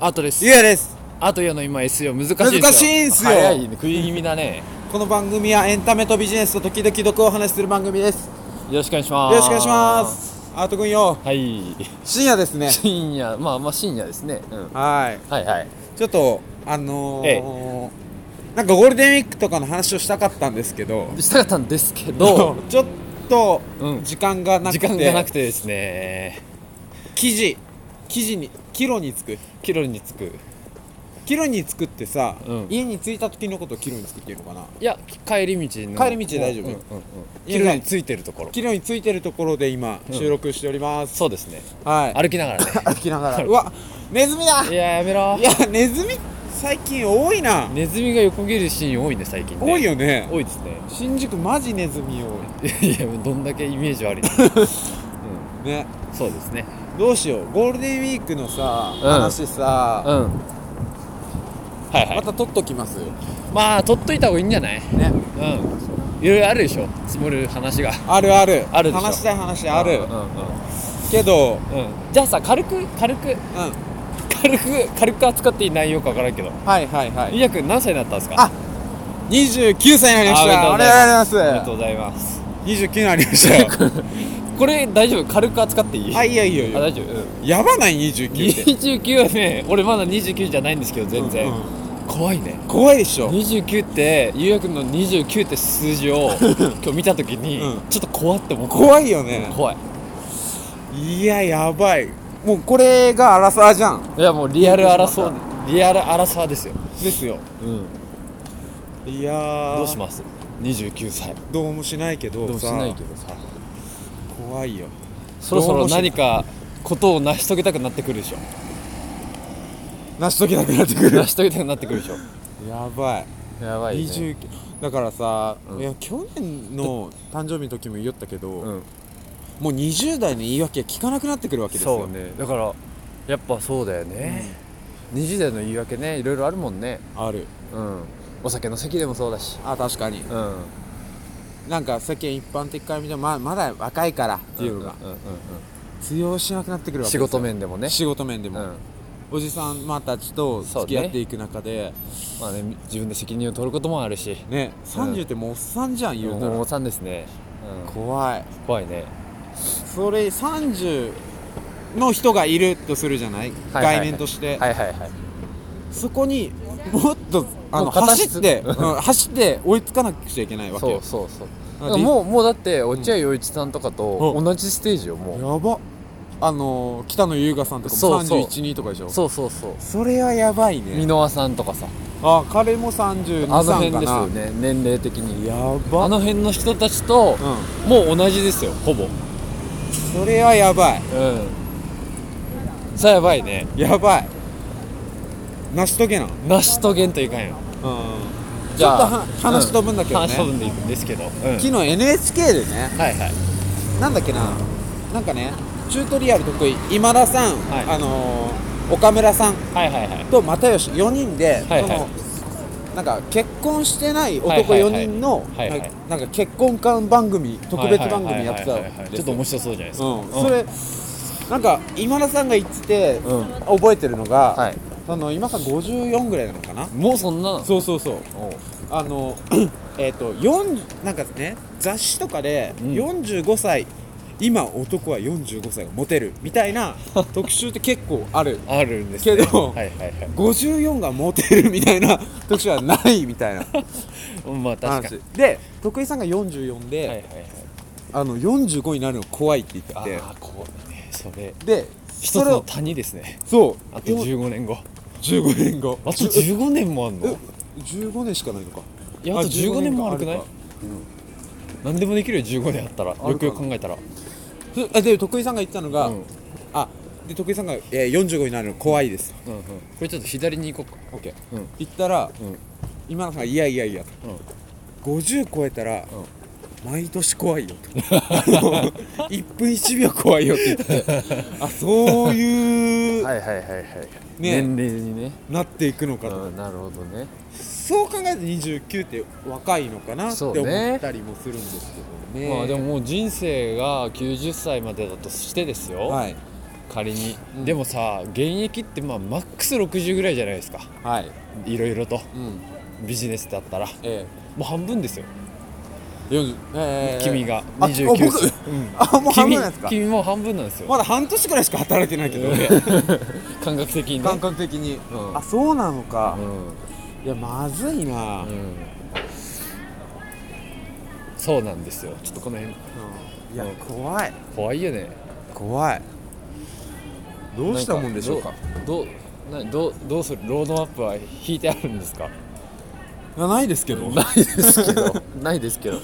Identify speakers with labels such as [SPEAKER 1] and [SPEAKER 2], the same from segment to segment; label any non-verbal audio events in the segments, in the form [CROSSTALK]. [SPEAKER 1] アートです
[SPEAKER 2] ゆうやです
[SPEAKER 1] アートやの今 SEO 難しい
[SPEAKER 2] 難しいんすよ
[SPEAKER 1] 早いね食い気味だね
[SPEAKER 2] この番組はエンタメとビジネスと時々毒をお話しする番組ですよ
[SPEAKER 1] よろしくお願いします
[SPEAKER 2] ろしくお願いしますアートくんよ
[SPEAKER 1] はい
[SPEAKER 2] 深夜ですね
[SPEAKER 1] 深夜まあまあ深夜ですね、うん、
[SPEAKER 2] は
[SPEAKER 1] はいはい
[SPEAKER 2] いちょっとあのーなんかゴールデンウィークとかの話をしたかったんですけど
[SPEAKER 1] したかったんですけど
[SPEAKER 2] ちょっと
[SPEAKER 1] うん
[SPEAKER 2] 時間がなく
[SPEAKER 1] 時
[SPEAKER 2] て、
[SPEAKER 1] 間がなくてですね
[SPEAKER 2] 記事記事にキロにつく
[SPEAKER 1] キロに着く
[SPEAKER 2] キロにつくってさ、
[SPEAKER 1] うん
[SPEAKER 2] 家に着いた時のことをキロにつくっていうのかない
[SPEAKER 1] や帰り道の
[SPEAKER 2] 帰り道大丈夫
[SPEAKER 1] うんうんうんキロに着いてるところ
[SPEAKER 2] キロについてるところで今収録しております、
[SPEAKER 1] そうですね
[SPEAKER 2] はい
[SPEAKER 1] 歩きながらね
[SPEAKER 2] [LAUGHS] 歩きながらうわネズミだ
[SPEAKER 1] [LAUGHS] いややめろ
[SPEAKER 2] いやネズミ最近多いな、
[SPEAKER 1] ネズミが横切るシーン多いね最近ね
[SPEAKER 2] 多いよね
[SPEAKER 1] 多いですね
[SPEAKER 2] 新宿マジネズミ多
[SPEAKER 1] いやどんだけイメージ悪
[SPEAKER 2] [LAUGHS]
[SPEAKER 1] いのう
[SPEAKER 2] いね
[SPEAKER 1] んそうですね
[SPEAKER 2] どうしようゴールデンウィークのさ、
[SPEAKER 1] ん
[SPEAKER 2] 話
[SPEAKER 1] うん
[SPEAKER 2] さ、
[SPEAKER 1] はいは
[SPEAKER 2] ま
[SPEAKER 1] い
[SPEAKER 2] た撮っときます
[SPEAKER 1] まあ取っといた方がいいんじゃない
[SPEAKER 2] ね
[SPEAKER 1] うんいろいろあるでしょ積もる話が
[SPEAKER 2] あるある
[SPEAKER 1] あるでしょ
[SPEAKER 2] 話したい話ある
[SPEAKER 1] うんうん
[SPEAKER 2] けど
[SPEAKER 1] うんうんじゃあさ軽く軽く
[SPEAKER 2] うん
[SPEAKER 1] 軽く軽く扱っていい内容かわからんけど
[SPEAKER 2] はいはいは
[SPEAKER 1] リ
[SPEAKER 2] い
[SPEAKER 1] ヤ君何歳になったんですか
[SPEAKER 2] あ29歳になりました
[SPEAKER 1] あ
[SPEAKER 2] おめでとうご
[SPEAKER 1] おめ
[SPEAKER 2] ざい
[SPEAKER 1] で
[SPEAKER 2] ま
[SPEAKER 1] とうございます
[SPEAKER 2] す29になりま [LAUGHS] したよ
[SPEAKER 1] これ大丈夫軽く扱っていい
[SPEAKER 2] あ
[SPEAKER 1] い
[SPEAKER 2] いいよいいよいいよ
[SPEAKER 1] 大丈夫うん
[SPEAKER 2] やばない29って
[SPEAKER 1] 29はね俺まだ29じゃないんですけど全然、
[SPEAKER 2] うんうん
[SPEAKER 1] 怖いね
[SPEAKER 2] 怖いでしょ
[SPEAKER 1] 29ってゆうやくんの29って数字
[SPEAKER 2] [LAUGHS]
[SPEAKER 1] を今日見た時に、
[SPEAKER 2] うん
[SPEAKER 1] ちょっと怖って思った
[SPEAKER 2] 怖いよね
[SPEAKER 1] 怖い
[SPEAKER 2] いややばいもうこれがアラサーじゃん
[SPEAKER 1] いやもうリアル争うリアル争うですよ、
[SPEAKER 2] ですよ
[SPEAKER 1] うん、
[SPEAKER 2] いやー
[SPEAKER 1] どうします29歳
[SPEAKER 2] どうもしないけど
[SPEAKER 1] どうし
[SPEAKER 2] さ
[SPEAKER 1] ないけどさ
[SPEAKER 2] 怖いよ
[SPEAKER 1] そろそ
[SPEAKER 2] ど
[SPEAKER 1] ろ
[SPEAKER 2] うしない
[SPEAKER 1] 何かことを成し遂げたくなってくる [LAUGHS] でしょ
[SPEAKER 2] 成し遂げなくなっ
[SPEAKER 1] [LAUGHS]
[SPEAKER 2] てくる
[SPEAKER 1] 成し遂げたくなってくるでしょ
[SPEAKER 2] やばい
[SPEAKER 1] やばい、ね、
[SPEAKER 2] 29だからさ、
[SPEAKER 1] うん
[SPEAKER 2] いや去年の誕生日の時も言ったけど、
[SPEAKER 1] うん
[SPEAKER 2] もう20代の言い訳は聞かなくなってくるわけです
[SPEAKER 1] そ
[SPEAKER 2] よ
[SPEAKER 1] うねだからやっぱそうだよね、20代の言い訳ねいろいろあるもんね
[SPEAKER 2] ある
[SPEAKER 1] うんお酒の席でもそうだし
[SPEAKER 2] あ確かに
[SPEAKER 1] うん
[SPEAKER 2] なんか世間一般的から見てもまあまだ若いからっていうのが
[SPEAKER 1] うんうん
[SPEAKER 2] 通用しなくなってく
[SPEAKER 1] う
[SPEAKER 2] る
[SPEAKER 1] ん
[SPEAKER 2] わ
[SPEAKER 1] 仕
[SPEAKER 2] けですよ
[SPEAKER 1] 事面でもね
[SPEAKER 2] 仕事面で
[SPEAKER 1] うん
[SPEAKER 2] も、おじさんまたちと付き合っていく中で
[SPEAKER 1] まあね自分で責任を取ることもあるし
[SPEAKER 2] ね30ってもうおっさんじゃん言う
[SPEAKER 1] も
[SPEAKER 2] た
[SPEAKER 1] うお
[SPEAKER 2] ら
[SPEAKER 1] っさんですね、うん
[SPEAKER 2] 怖い
[SPEAKER 1] 怖いね
[SPEAKER 2] それ30の人がいるとするじゃない,、
[SPEAKER 1] はいはいはい
[SPEAKER 2] 概念として、
[SPEAKER 1] はいはいはい
[SPEAKER 2] そこにもっとあ
[SPEAKER 1] も
[SPEAKER 2] の
[SPEAKER 1] う片
[SPEAKER 2] 走
[SPEAKER 1] 足
[SPEAKER 2] って、
[SPEAKER 1] う
[SPEAKER 2] うん走って追いつかなくちゃいけないわけ
[SPEAKER 1] そ
[SPEAKER 2] よ
[SPEAKER 1] うそうそう
[SPEAKER 2] あ
[SPEAKER 1] だから
[SPEAKER 2] で
[SPEAKER 1] もうもうだって落合陽一さんとかと
[SPEAKER 2] うん
[SPEAKER 1] 同じステージよもう
[SPEAKER 2] やばあのー北野優雅さんとか
[SPEAKER 1] そ
[SPEAKER 2] も
[SPEAKER 1] うそう
[SPEAKER 2] 312とかでしょ
[SPEAKER 1] そうそうそう
[SPEAKER 2] それはやばいね
[SPEAKER 1] 箕輪さんとかさ
[SPEAKER 2] あ彼も32
[SPEAKER 1] あの辺
[SPEAKER 2] か
[SPEAKER 1] ですよ
[SPEAKER 2] な
[SPEAKER 1] ね年齢的に
[SPEAKER 2] や
[SPEAKER 1] あ
[SPEAKER 2] ば
[SPEAKER 1] の辺の人たちと
[SPEAKER 2] う
[SPEAKER 1] もう同じですよほぼうん
[SPEAKER 2] んそれはやばい
[SPEAKER 1] さあやばいね
[SPEAKER 2] やばい成し遂げなうん
[SPEAKER 1] 成し遂げんといかんよ
[SPEAKER 2] ちょっとは話飛ぶんだけどね
[SPEAKER 1] 話飛ぶんでいくんですけど、うん、はい
[SPEAKER 2] 昨日 NHK でね
[SPEAKER 1] はい
[SPEAKER 2] なんだっけななんかねチュートリアル得意今田さん、
[SPEAKER 1] はい
[SPEAKER 2] あのー岡村さん
[SPEAKER 1] はいはいはい
[SPEAKER 2] と又吉4人で、
[SPEAKER 1] はいはい
[SPEAKER 2] そのなんか結婚してない
[SPEAKER 1] はい
[SPEAKER 2] 男
[SPEAKER 1] はいは
[SPEAKER 2] 4
[SPEAKER 1] い
[SPEAKER 2] 人の
[SPEAKER 1] はいはい
[SPEAKER 2] ななんか結婚観番組特別番組やってた
[SPEAKER 1] はいはいはいはいはいちょっと面白そうじゃないですか、
[SPEAKER 2] うん、それなんか今田さんが言ってて、
[SPEAKER 1] うん
[SPEAKER 2] 覚えてるのが、
[SPEAKER 1] はい
[SPEAKER 2] その今田さん54ぐらいなのかな
[SPEAKER 1] もうそんなの
[SPEAKER 2] そうそうそう
[SPEAKER 1] おう
[SPEAKER 2] あの [CLEARS THROAT] えっと4なんかね雑誌とかで
[SPEAKER 1] うん
[SPEAKER 2] 45歳、今男は45歳がモテるみたい
[SPEAKER 1] [LAUGHS]
[SPEAKER 2] な特集って結構ある
[SPEAKER 1] あるんです、ね、
[SPEAKER 2] けど
[SPEAKER 1] はいはいはい
[SPEAKER 2] 54がモテるみた
[SPEAKER 1] [LAUGHS]
[SPEAKER 2] いな特集はないみたいな
[SPEAKER 1] うんまあ確かに
[SPEAKER 2] 話で徳井さんが44で、
[SPEAKER 1] はいはいはい
[SPEAKER 2] あの45になるの怖いって言
[SPEAKER 1] あ
[SPEAKER 2] って
[SPEAKER 1] あこうねそれ
[SPEAKER 2] てで
[SPEAKER 1] 一つ
[SPEAKER 2] それ
[SPEAKER 1] の
[SPEAKER 2] を
[SPEAKER 1] 谷ですね
[SPEAKER 2] そう
[SPEAKER 1] あと15年後
[SPEAKER 2] 15年後
[SPEAKER 1] あと15年もあん
[SPEAKER 2] え
[SPEAKER 1] の
[SPEAKER 2] 15年しかないのか
[SPEAKER 1] いやあと15年も悪くない
[SPEAKER 2] あ
[SPEAKER 1] 何でもできるよ15年あったらよくよく考えたら
[SPEAKER 2] 15年あるかそあで徳井さんが言ってたのが、
[SPEAKER 1] うん
[SPEAKER 2] あで徳井さんが、えー、45になるの怖いです
[SPEAKER 1] うんうんこれちょっと左に行こう
[SPEAKER 2] OK
[SPEAKER 1] かうん
[SPEAKER 2] 言ったら、
[SPEAKER 1] うん
[SPEAKER 2] 今のさんがいやいやいや
[SPEAKER 1] うん
[SPEAKER 2] 50超えたら、毎年怖いよと [LAUGHS] 1分1秒怖いよって言ってあそういう、
[SPEAKER 1] い [LAUGHS] はいはいはい
[SPEAKER 2] ね
[SPEAKER 1] 年齢にね
[SPEAKER 2] なっていくのかと、
[SPEAKER 1] うんなるほどね
[SPEAKER 2] そう考えると29って若いのかなって
[SPEAKER 1] そう
[SPEAKER 2] 思
[SPEAKER 1] ね
[SPEAKER 2] ったりもするんですけどね
[SPEAKER 1] まあでももう人生が90歳までだとしてですよ
[SPEAKER 2] はい
[SPEAKER 1] 仮に、
[SPEAKER 3] うん
[SPEAKER 1] でもさ現役ってまあマックス60ぐらいじゃないですか
[SPEAKER 3] はい
[SPEAKER 1] いろいろと
[SPEAKER 3] うん
[SPEAKER 1] ビジネスだったら
[SPEAKER 3] え
[SPEAKER 1] もう半分ですよ
[SPEAKER 3] え40ええ
[SPEAKER 1] 君が
[SPEAKER 3] ああ
[SPEAKER 1] 29歳
[SPEAKER 3] 僕
[SPEAKER 1] うん
[SPEAKER 2] あもう半
[SPEAKER 1] 君
[SPEAKER 2] 分なんですか
[SPEAKER 1] 君もう半分なんですよ
[SPEAKER 2] まだ半年くらいしか働いてないけど、ね、
[SPEAKER 1] 感覚的にね
[SPEAKER 3] 感覚的にうん
[SPEAKER 2] あそうなのか
[SPEAKER 1] う、ん
[SPEAKER 2] いやまずいな、
[SPEAKER 1] うんそうなんですよちょっとこの辺
[SPEAKER 2] いや怖い
[SPEAKER 1] 怖いよね
[SPEAKER 2] 怖いどうしたもんでしょうか
[SPEAKER 1] どうどうなどうどうするロードマップは引いてあるんですか
[SPEAKER 2] いや [LAUGHS] ないですけど、うん、
[SPEAKER 1] ないですけど [LAUGHS] ないですけど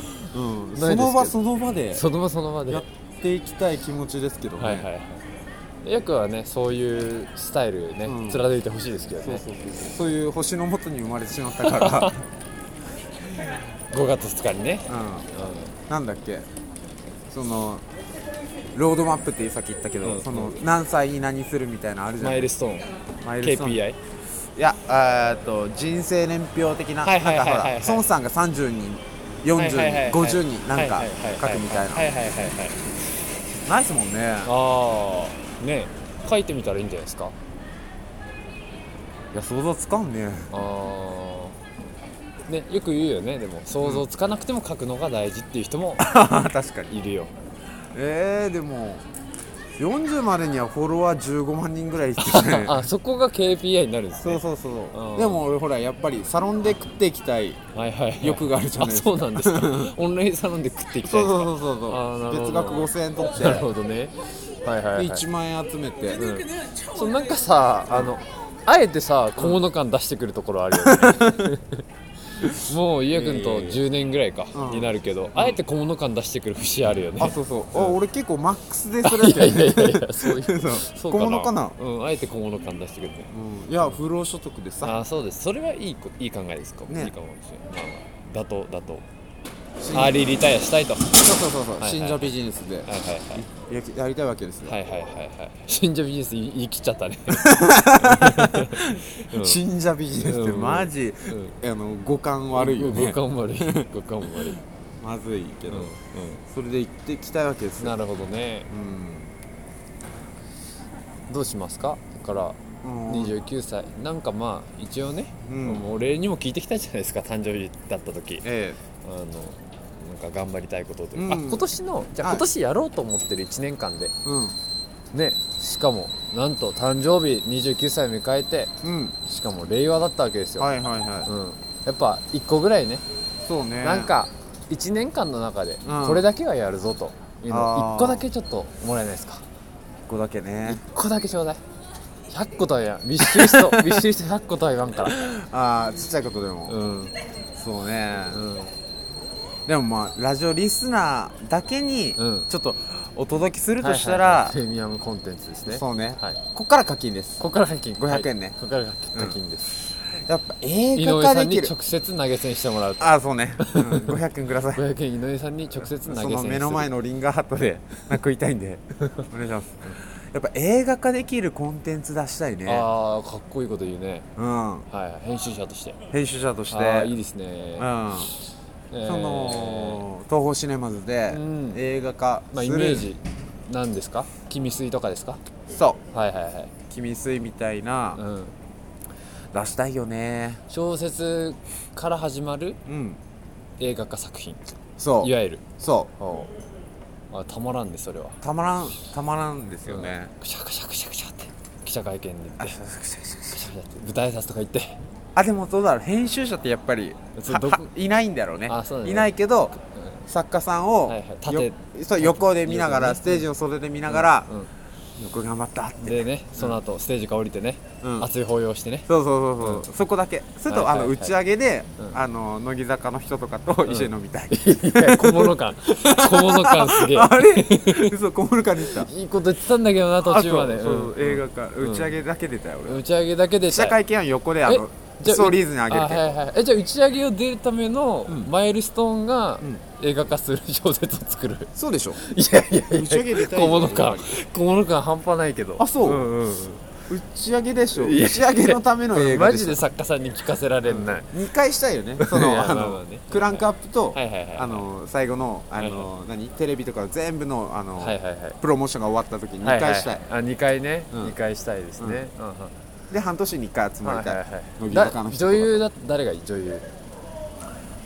[SPEAKER 2] その場その場で
[SPEAKER 1] その場その場で
[SPEAKER 2] や
[SPEAKER 1] は
[SPEAKER 2] っていきたい気持ちですけど
[SPEAKER 1] い
[SPEAKER 2] ね、
[SPEAKER 1] はいはいよくはねそういうスタイルね、
[SPEAKER 2] うん
[SPEAKER 1] 貫いてほしいですけど
[SPEAKER 2] そう
[SPEAKER 1] ね
[SPEAKER 2] そうそうそういう星のもとに生まれてしまったから、
[SPEAKER 1] 5月2日にね、
[SPEAKER 2] う
[SPEAKER 1] うん
[SPEAKER 2] ん、なんだっけそのロードマップってさっき言ったけど、
[SPEAKER 1] うん
[SPEAKER 2] その何歳に何するみたいなのあるじゃ
[SPEAKER 1] マ
[SPEAKER 2] な
[SPEAKER 1] イ
[SPEAKER 2] い
[SPEAKER 1] ル
[SPEAKER 2] で
[SPEAKER 1] ストーン
[SPEAKER 2] すかマイルストーン
[SPEAKER 1] KPI
[SPEAKER 2] いやえーっと人生年表的な
[SPEAKER 1] は
[SPEAKER 2] ないんか
[SPEAKER 1] はいはいはいはい
[SPEAKER 2] ほら孫さんが30人40人、
[SPEAKER 1] はいはいはい
[SPEAKER 2] 50人なんか
[SPEAKER 1] はいはいはい
[SPEAKER 2] 書くみたいな
[SPEAKER 1] はいはいはいはい
[SPEAKER 2] ないですもんね
[SPEAKER 1] ああね書いてみたらいいんじゃないですか
[SPEAKER 2] いや想像つかんね [LAUGHS]
[SPEAKER 1] ああねよく言うよねでも想像つかなくても書くのが大事っていう人も
[SPEAKER 2] 確かに
[SPEAKER 1] いるよ
[SPEAKER 2] えー、でも40までにはフォロワー15万人ぐらいいってる
[SPEAKER 1] [LAUGHS]
[SPEAKER 2] ね
[SPEAKER 1] あそこが KPI になるんです
[SPEAKER 2] そう
[SPEAKER 1] ね
[SPEAKER 2] そうそう
[SPEAKER 1] うん
[SPEAKER 2] でも俺ほらやっぱりサロンで食っていきたい
[SPEAKER 1] はいはいはい
[SPEAKER 2] 欲があるじゃないですか
[SPEAKER 1] あそうなんですかオンラインサロンで食っていきたい
[SPEAKER 2] そう
[SPEAKER 1] ですか
[SPEAKER 2] そうそう
[SPEAKER 1] あーなるほ
[SPEAKER 2] そう
[SPEAKER 1] ど
[SPEAKER 2] 月額5000円取って
[SPEAKER 1] なるほどねはいはい、はい、
[SPEAKER 2] で1万円集めて、
[SPEAKER 1] そうなんかさあのあえてさ小物感出してくるところあるよねもうゆうくんと10年ぐらいか、
[SPEAKER 2] うん
[SPEAKER 1] になるけど、あえて小物感出してくる節あるよね
[SPEAKER 2] あそうそう、あ俺結構マックスでそれ
[SPEAKER 1] い
[SPEAKER 2] だ
[SPEAKER 1] や
[SPEAKER 2] よ
[SPEAKER 1] いやい
[SPEAKER 2] ね
[SPEAKER 1] やいやそういう
[SPEAKER 2] [LAUGHS] そう
[SPEAKER 1] そう
[SPEAKER 2] 小物かな
[SPEAKER 1] うんあえて小物感出してくるね
[SPEAKER 2] うんいや不労所得でさ
[SPEAKER 1] ああそうですそれはいいこいい考えですか、
[SPEAKER 2] ね
[SPEAKER 1] いいかもしれない、まあまあ、妥当妥
[SPEAKER 2] 死ん
[SPEAKER 1] 当アーリーリタイアしたいとは
[SPEAKER 2] そうそうそうそう、
[SPEAKER 1] はい
[SPEAKER 2] 信者ビジネスで
[SPEAKER 1] いはい
[SPEAKER 2] ややりたいわけですよ、
[SPEAKER 1] はいはいはいはいはい信者ビジネス言い言い切っちゃったね、うん
[SPEAKER 2] 信者ビジネスって
[SPEAKER 1] うん
[SPEAKER 2] マジ、
[SPEAKER 1] うん
[SPEAKER 2] あの五感悪いよね
[SPEAKER 1] 五感
[SPEAKER 2] [LAUGHS]
[SPEAKER 1] 悪い五感悪い、
[SPEAKER 2] まずいけ
[SPEAKER 1] う
[SPEAKER 2] ど、
[SPEAKER 1] ん
[SPEAKER 2] それで行ってきたいわけです
[SPEAKER 1] うん、
[SPEAKER 2] よ
[SPEAKER 1] なるほどねどうしますかだから
[SPEAKER 2] うんうん
[SPEAKER 1] 29歳なんかまあ一応ね、
[SPEAKER 2] うん
[SPEAKER 1] もう俺にも聞いてきたじゃないですか誕生日だった時
[SPEAKER 2] え
[SPEAKER 1] あのなんか頑張りたいことという
[SPEAKER 2] うん
[SPEAKER 1] か、あ今年のじゃあ
[SPEAKER 2] はい
[SPEAKER 1] 今年やろうと思ってる1年間で、
[SPEAKER 2] えうん
[SPEAKER 1] ねしかもなんと誕生日29歳迎えて
[SPEAKER 2] うん
[SPEAKER 1] しかも令和だったわけですよ、
[SPEAKER 2] はいはいは
[SPEAKER 1] うん、やっぱ1個ぐらいね、
[SPEAKER 2] いそうね
[SPEAKER 1] なんか1年間の中で
[SPEAKER 2] うん
[SPEAKER 1] これだけはやるぞというの
[SPEAKER 2] あー
[SPEAKER 1] 1個だけちょっともらえないですか
[SPEAKER 2] 1個だけね
[SPEAKER 1] 1個だけちょうだい100個とは言わんびっしりし
[SPEAKER 2] [LAUGHS]
[SPEAKER 1] とびっしりして100個とは言わんから
[SPEAKER 2] ああちっちゃいことでも、
[SPEAKER 1] うんうん
[SPEAKER 2] そうね、でもまあラジオリスナーだけに
[SPEAKER 1] うん
[SPEAKER 2] ちょっとお届けするとした
[SPEAKER 1] はいはい
[SPEAKER 2] ら、
[SPEAKER 1] はいプレミアムコンテンツですね
[SPEAKER 2] そうね、
[SPEAKER 1] はい
[SPEAKER 2] こっから課金です
[SPEAKER 1] ここから課金
[SPEAKER 2] 500円ね
[SPEAKER 1] はいここから課金です、
[SPEAKER 2] やっぱ
[SPEAKER 1] 井
[SPEAKER 2] 映
[SPEAKER 1] 上
[SPEAKER 2] 画
[SPEAKER 1] さ
[SPEAKER 2] 化
[SPEAKER 1] ん
[SPEAKER 2] で
[SPEAKER 1] に
[SPEAKER 2] きる
[SPEAKER 1] 直接投げ銭してもらう
[SPEAKER 2] ああそうね、うん、500円く
[SPEAKER 1] [LAUGHS]
[SPEAKER 2] ださい
[SPEAKER 1] 500円井上さんに直接投げ銭
[SPEAKER 2] その
[SPEAKER 1] する
[SPEAKER 2] 目の前のリンガーハッ
[SPEAKER 1] [LAUGHS]
[SPEAKER 2] トで食いたいんでお願いしますやっぱ映画化できるコンテンツ出したいね、
[SPEAKER 1] ああかっこいいこと言うね
[SPEAKER 2] うん、
[SPEAKER 1] はい編集者として
[SPEAKER 2] 編集者として
[SPEAKER 1] ああいいですね
[SPEAKER 2] う、ん
[SPEAKER 1] えー
[SPEAKER 2] その東宝シネマズで
[SPEAKER 1] うん
[SPEAKER 2] 映画化する、
[SPEAKER 1] まあイメージなんですか君水とかですか
[SPEAKER 2] そ
[SPEAKER 1] はいはいはい、
[SPEAKER 2] う「君水」みたい
[SPEAKER 1] うん
[SPEAKER 2] な、出したいよね
[SPEAKER 1] 小説から始まる
[SPEAKER 2] うん
[SPEAKER 1] 映画化作品
[SPEAKER 2] そ
[SPEAKER 1] いうわゆる
[SPEAKER 2] そう
[SPEAKER 1] あたまらんねそれは
[SPEAKER 2] たまらんたまらんですよね、
[SPEAKER 1] くしゃくしゃくしゃくしゃって記者会見で言って
[SPEAKER 2] あ
[SPEAKER 1] く
[SPEAKER 2] そうそうそうそう
[SPEAKER 1] しゃくしゃって舞台挨拶とか行って
[SPEAKER 2] あでもどうだろう編集者ってやっぱり
[SPEAKER 1] そう
[SPEAKER 2] は
[SPEAKER 1] どこ
[SPEAKER 2] は、いないんだろうね
[SPEAKER 1] あそうだね
[SPEAKER 2] いないけど作家さんを、
[SPEAKER 1] はいはい縦
[SPEAKER 2] よそう横で見ながら、
[SPEAKER 1] 横ね
[SPEAKER 2] ステージの袖で見ながら、
[SPEAKER 1] うん
[SPEAKER 2] よく頑張ったっ
[SPEAKER 1] うん
[SPEAKER 2] て
[SPEAKER 1] でねその後ステージから降りてね、
[SPEAKER 2] うん
[SPEAKER 1] 熱い抱擁してね
[SPEAKER 2] そうそうそうそう、そこだけそれと、
[SPEAKER 1] はいはい
[SPEAKER 2] あの
[SPEAKER 1] はい
[SPEAKER 2] 打ち上げで、
[SPEAKER 1] うん
[SPEAKER 2] あの乃木坂の人とかと一緒に飲みた
[SPEAKER 1] い
[SPEAKER 2] い、
[SPEAKER 1] や小物感小物感すげえ
[SPEAKER 2] [LAUGHS] あれ嘘小室感でした
[SPEAKER 1] いいこと言ってたんだけどな途中まで、
[SPEAKER 2] あそうそう、
[SPEAKER 1] うん
[SPEAKER 2] 映画か打ち上げだけ出たよ俺、
[SPEAKER 1] 打ち上げだけで
[SPEAKER 2] 記者会見は横であの
[SPEAKER 1] じゃ
[SPEAKER 2] ストーリーズに上げて
[SPEAKER 1] あはいはいえじゃあ打ち上げを出るためのマイルストーンが
[SPEAKER 2] ん
[SPEAKER 1] 映画化する小説を作る、
[SPEAKER 2] そ
[SPEAKER 1] [LAUGHS]
[SPEAKER 2] うでしょ
[SPEAKER 1] いやいやいや
[SPEAKER 2] 打ち上げ出たい
[SPEAKER 1] 小物感小物感半端ないけど
[SPEAKER 2] あそ
[SPEAKER 1] ん
[SPEAKER 2] う、
[SPEAKER 1] うんうん
[SPEAKER 2] 打ち上げでしょ打ち上げのための映画
[SPEAKER 1] マ
[SPEAKER 2] でし
[SPEAKER 1] ジ
[SPEAKER 2] ょ
[SPEAKER 1] で作家さんに聞かせられんない、
[SPEAKER 2] 2回したいよね
[SPEAKER 1] [LAUGHS]
[SPEAKER 2] そ
[SPEAKER 1] いや
[SPEAKER 2] のあ
[SPEAKER 1] まあまあ
[SPEAKER 2] の
[SPEAKER 1] ね
[SPEAKER 2] クランクアップと
[SPEAKER 1] はいはいはいはい
[SPEAKER 2] あの最後のあの何テレビとか全部のあの
[SPEAKER 1] はいはいはい
[SPEAKER 2] プロモーションが終わった時に2回したい
[SPEAKER 1] はははあ2回ね、
[SPEAKER 2] うん
[SPEAKER 1] 2回したいですね、うんうん
[SPEAKER 2] で半年に1回集まりたい乃木
[SPEAKER 1] だ
[SPEAKER 2] 坂の人と
[SPEAKER 1] 女
[SPEAKER 2] か
[SPEAKER 1] 優だ誰がいい女優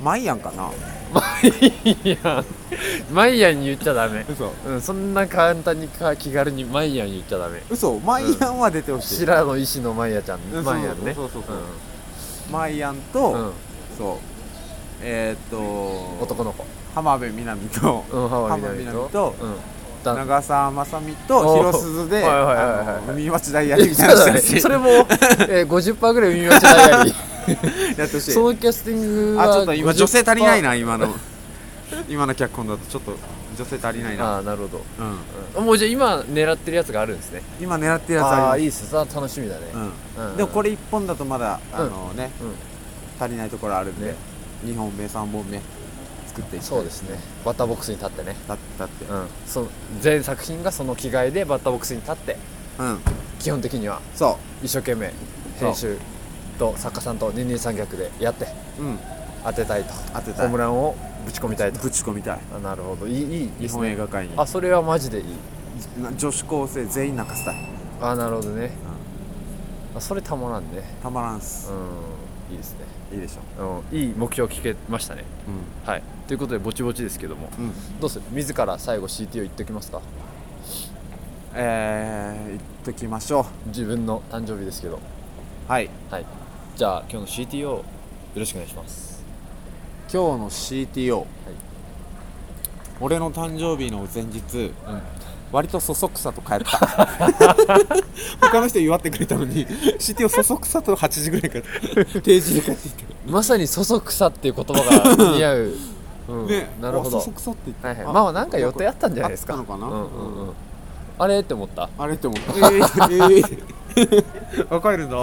[SPEAKER 2] マイアンかな
[SPEAKER 1] マイヤンマイヤンに言っちゃダメ
[SPEAKER 2] 嘘
[SPEAKER 1] うん、そんな簡単にか気軽にマイヤン言っちゃダメ
[SPEAKER 2] 嘘マイアンは出てほしい
[SPEAKER 1] 白の医師のマイヤちゃん、
[SPEAKER 2] うん
[SPEAKER 1] マイヤンね
[SPEAKER 2] そうそうそうそうマイアンと、
[SPEAKER 1] うんうん
[SPEAKER 2] そうえーっと
[SPEAKER 1] 男の子
[SPEAKER 2] 浜辺美波と
[SPEAKER 1] うん浜辺美波
[SPEAKER 2] 浜辺美波
[SPEAKER 1] と
[SPEAKER 2] と
[SPEAKER 1] うんだ
[SPEAKER 2] 長澤まさみと広鈴で
[SPEAKER 1] おうはいはいはいはい
[SPEAKER 2] あの海町ダイアリー
[SPEAKER 1] え
[SPEAKER 2] み
[SPEAKER 1] そ
[SPEAKER 2] た
[SPEAKER 1] う
[SPEAKER 2] いなの
[SPEAKER 1] だね
[SPEAKER 2] して
[SPEAKER 1] それも、えー、50%ぐらい見間違え
[SPEAKER 2] [LAUGHS]
[SPEAKER 1] たり
[SPEAKER 2] やってほしい
[SPEAKER 1] そのキャスティングは
[SPEAKER 2] あちょっと今女性足りない
[SPEAKER 1] な
[SPEAKER 2] な今の今の脚本だとちょっと女性足りないな、
[SPEAKER 1] ああなるほど
[SPEAKER 2] う
[SPEAKER 1] あ
[SPEAKER 2] ん、
[SPEAKER 1] もうじゃあ今狙ってるやつがあるんですね
[SPEAKER 2] 今狙ってるやつ
[SPEAKER 1] あ
[SPEAKER 2] あ
[SPEAKER 1] あい
[SPEAKER 2] り
[SPEAKER 1] いっすさあ楽しみだね、
[SPEAKER 2] ます
[SPEAKER 1] うん
[SPEAKER 2] うん、でもこれ1本だとまだあのね、
[SPEAKER 1] うん
[SPEAKER 2] 足りないところあるんで、
[SPEAKER 1] ね
[SPEAKER 2] 2本目3本目作っていきたい
[SPEAKER 1] そうですねバッターボックスに立ってね、
[SPEAKER 2] だったって
[SPEAKER 1] うん、その全作品がその着替えでバッターボックスに立って
[SPEAKER 2] うん
[SPEAKER 1] 基本的には
[SPEAKER 2] そ
[SPEAKER 1] 一生懸命
[SPEAKER 2] そう
[SPEAKER 1] 編集と作家さんと二人三脚でやって
[SPEAKER 2] ううん
[SPEAKER 1] 当てたいと
[SPEAKER 2] 当て
[SPEAKER 1] ホ
[SPEAKER 2] た
[SPEAKER 1] ー
[SPEAKER 2] い
[SPEAKER 1] ムランをぶち込みたいと
[SPEAKER 2] ぶち込みたい
[SPEAKER 1] あなるほどいいいいで
[SPEAKER 2] 日
[SPEAKER 1] す
[SPEAKER 2] 本
[SPEAKER 1] ね
[SPEAKER 2] 映画界に
[SPEAKER 1] あそれはマジでいい
[SPEAKER 2] な女子高生全員泣かせたい
[SPEAKER 1] あなるほどね、あそれたまらんね
[SPEAKER 2] たまらんっす、
[SPEAKER 1] うんいいですね、
[SPEAKER 2] いいでしょ
[SPEAKER 1] うん、いい目標聞けましたねはいということでぼちぼちですけども
[SPEAKER 2] うん、うん、
[SPEAKER 1] どうする自ら最後 CTO 言っておきますか
[SPEAKER 2] えー、言っときましょう
[SPEAKER 1] 自分の誕生日ですけど
[SPEAKER 2] はい
[SPEAKER 1] はいじゃあ今日の CTO よろしくお願いします
[SPEAKER 2] 今日の CTO、俺の誕生日の前日、割とそそくさと帰った
[SPEAKER 1] [LAUGHS]
[SPEAKER 2] 他の人祝ってくれたのに CTO そそくさと8時ぐらいから
[SPEAKER 1] [LAUGHS]
[SPEAKER 2] 定時で帰ってきた
[SPEAKER 1] [LAUGHS] まさに「そそくさ」っていう言葉が似合う、うん
[SPEAKER 2] ね
[SPEAKER 1] なるほど
[SPEAKER 2] あそそくさって言って
[SPEAKER 1] はいはい、まあなんか予定あったんじゃないですか
[SPEAKER 2] あったのかな
[SPEAKER 1] うんうんうん、あれって思った
[SPEAKER 2] [LAUGHS] あれって思ったえー、えー、あ帰るんだ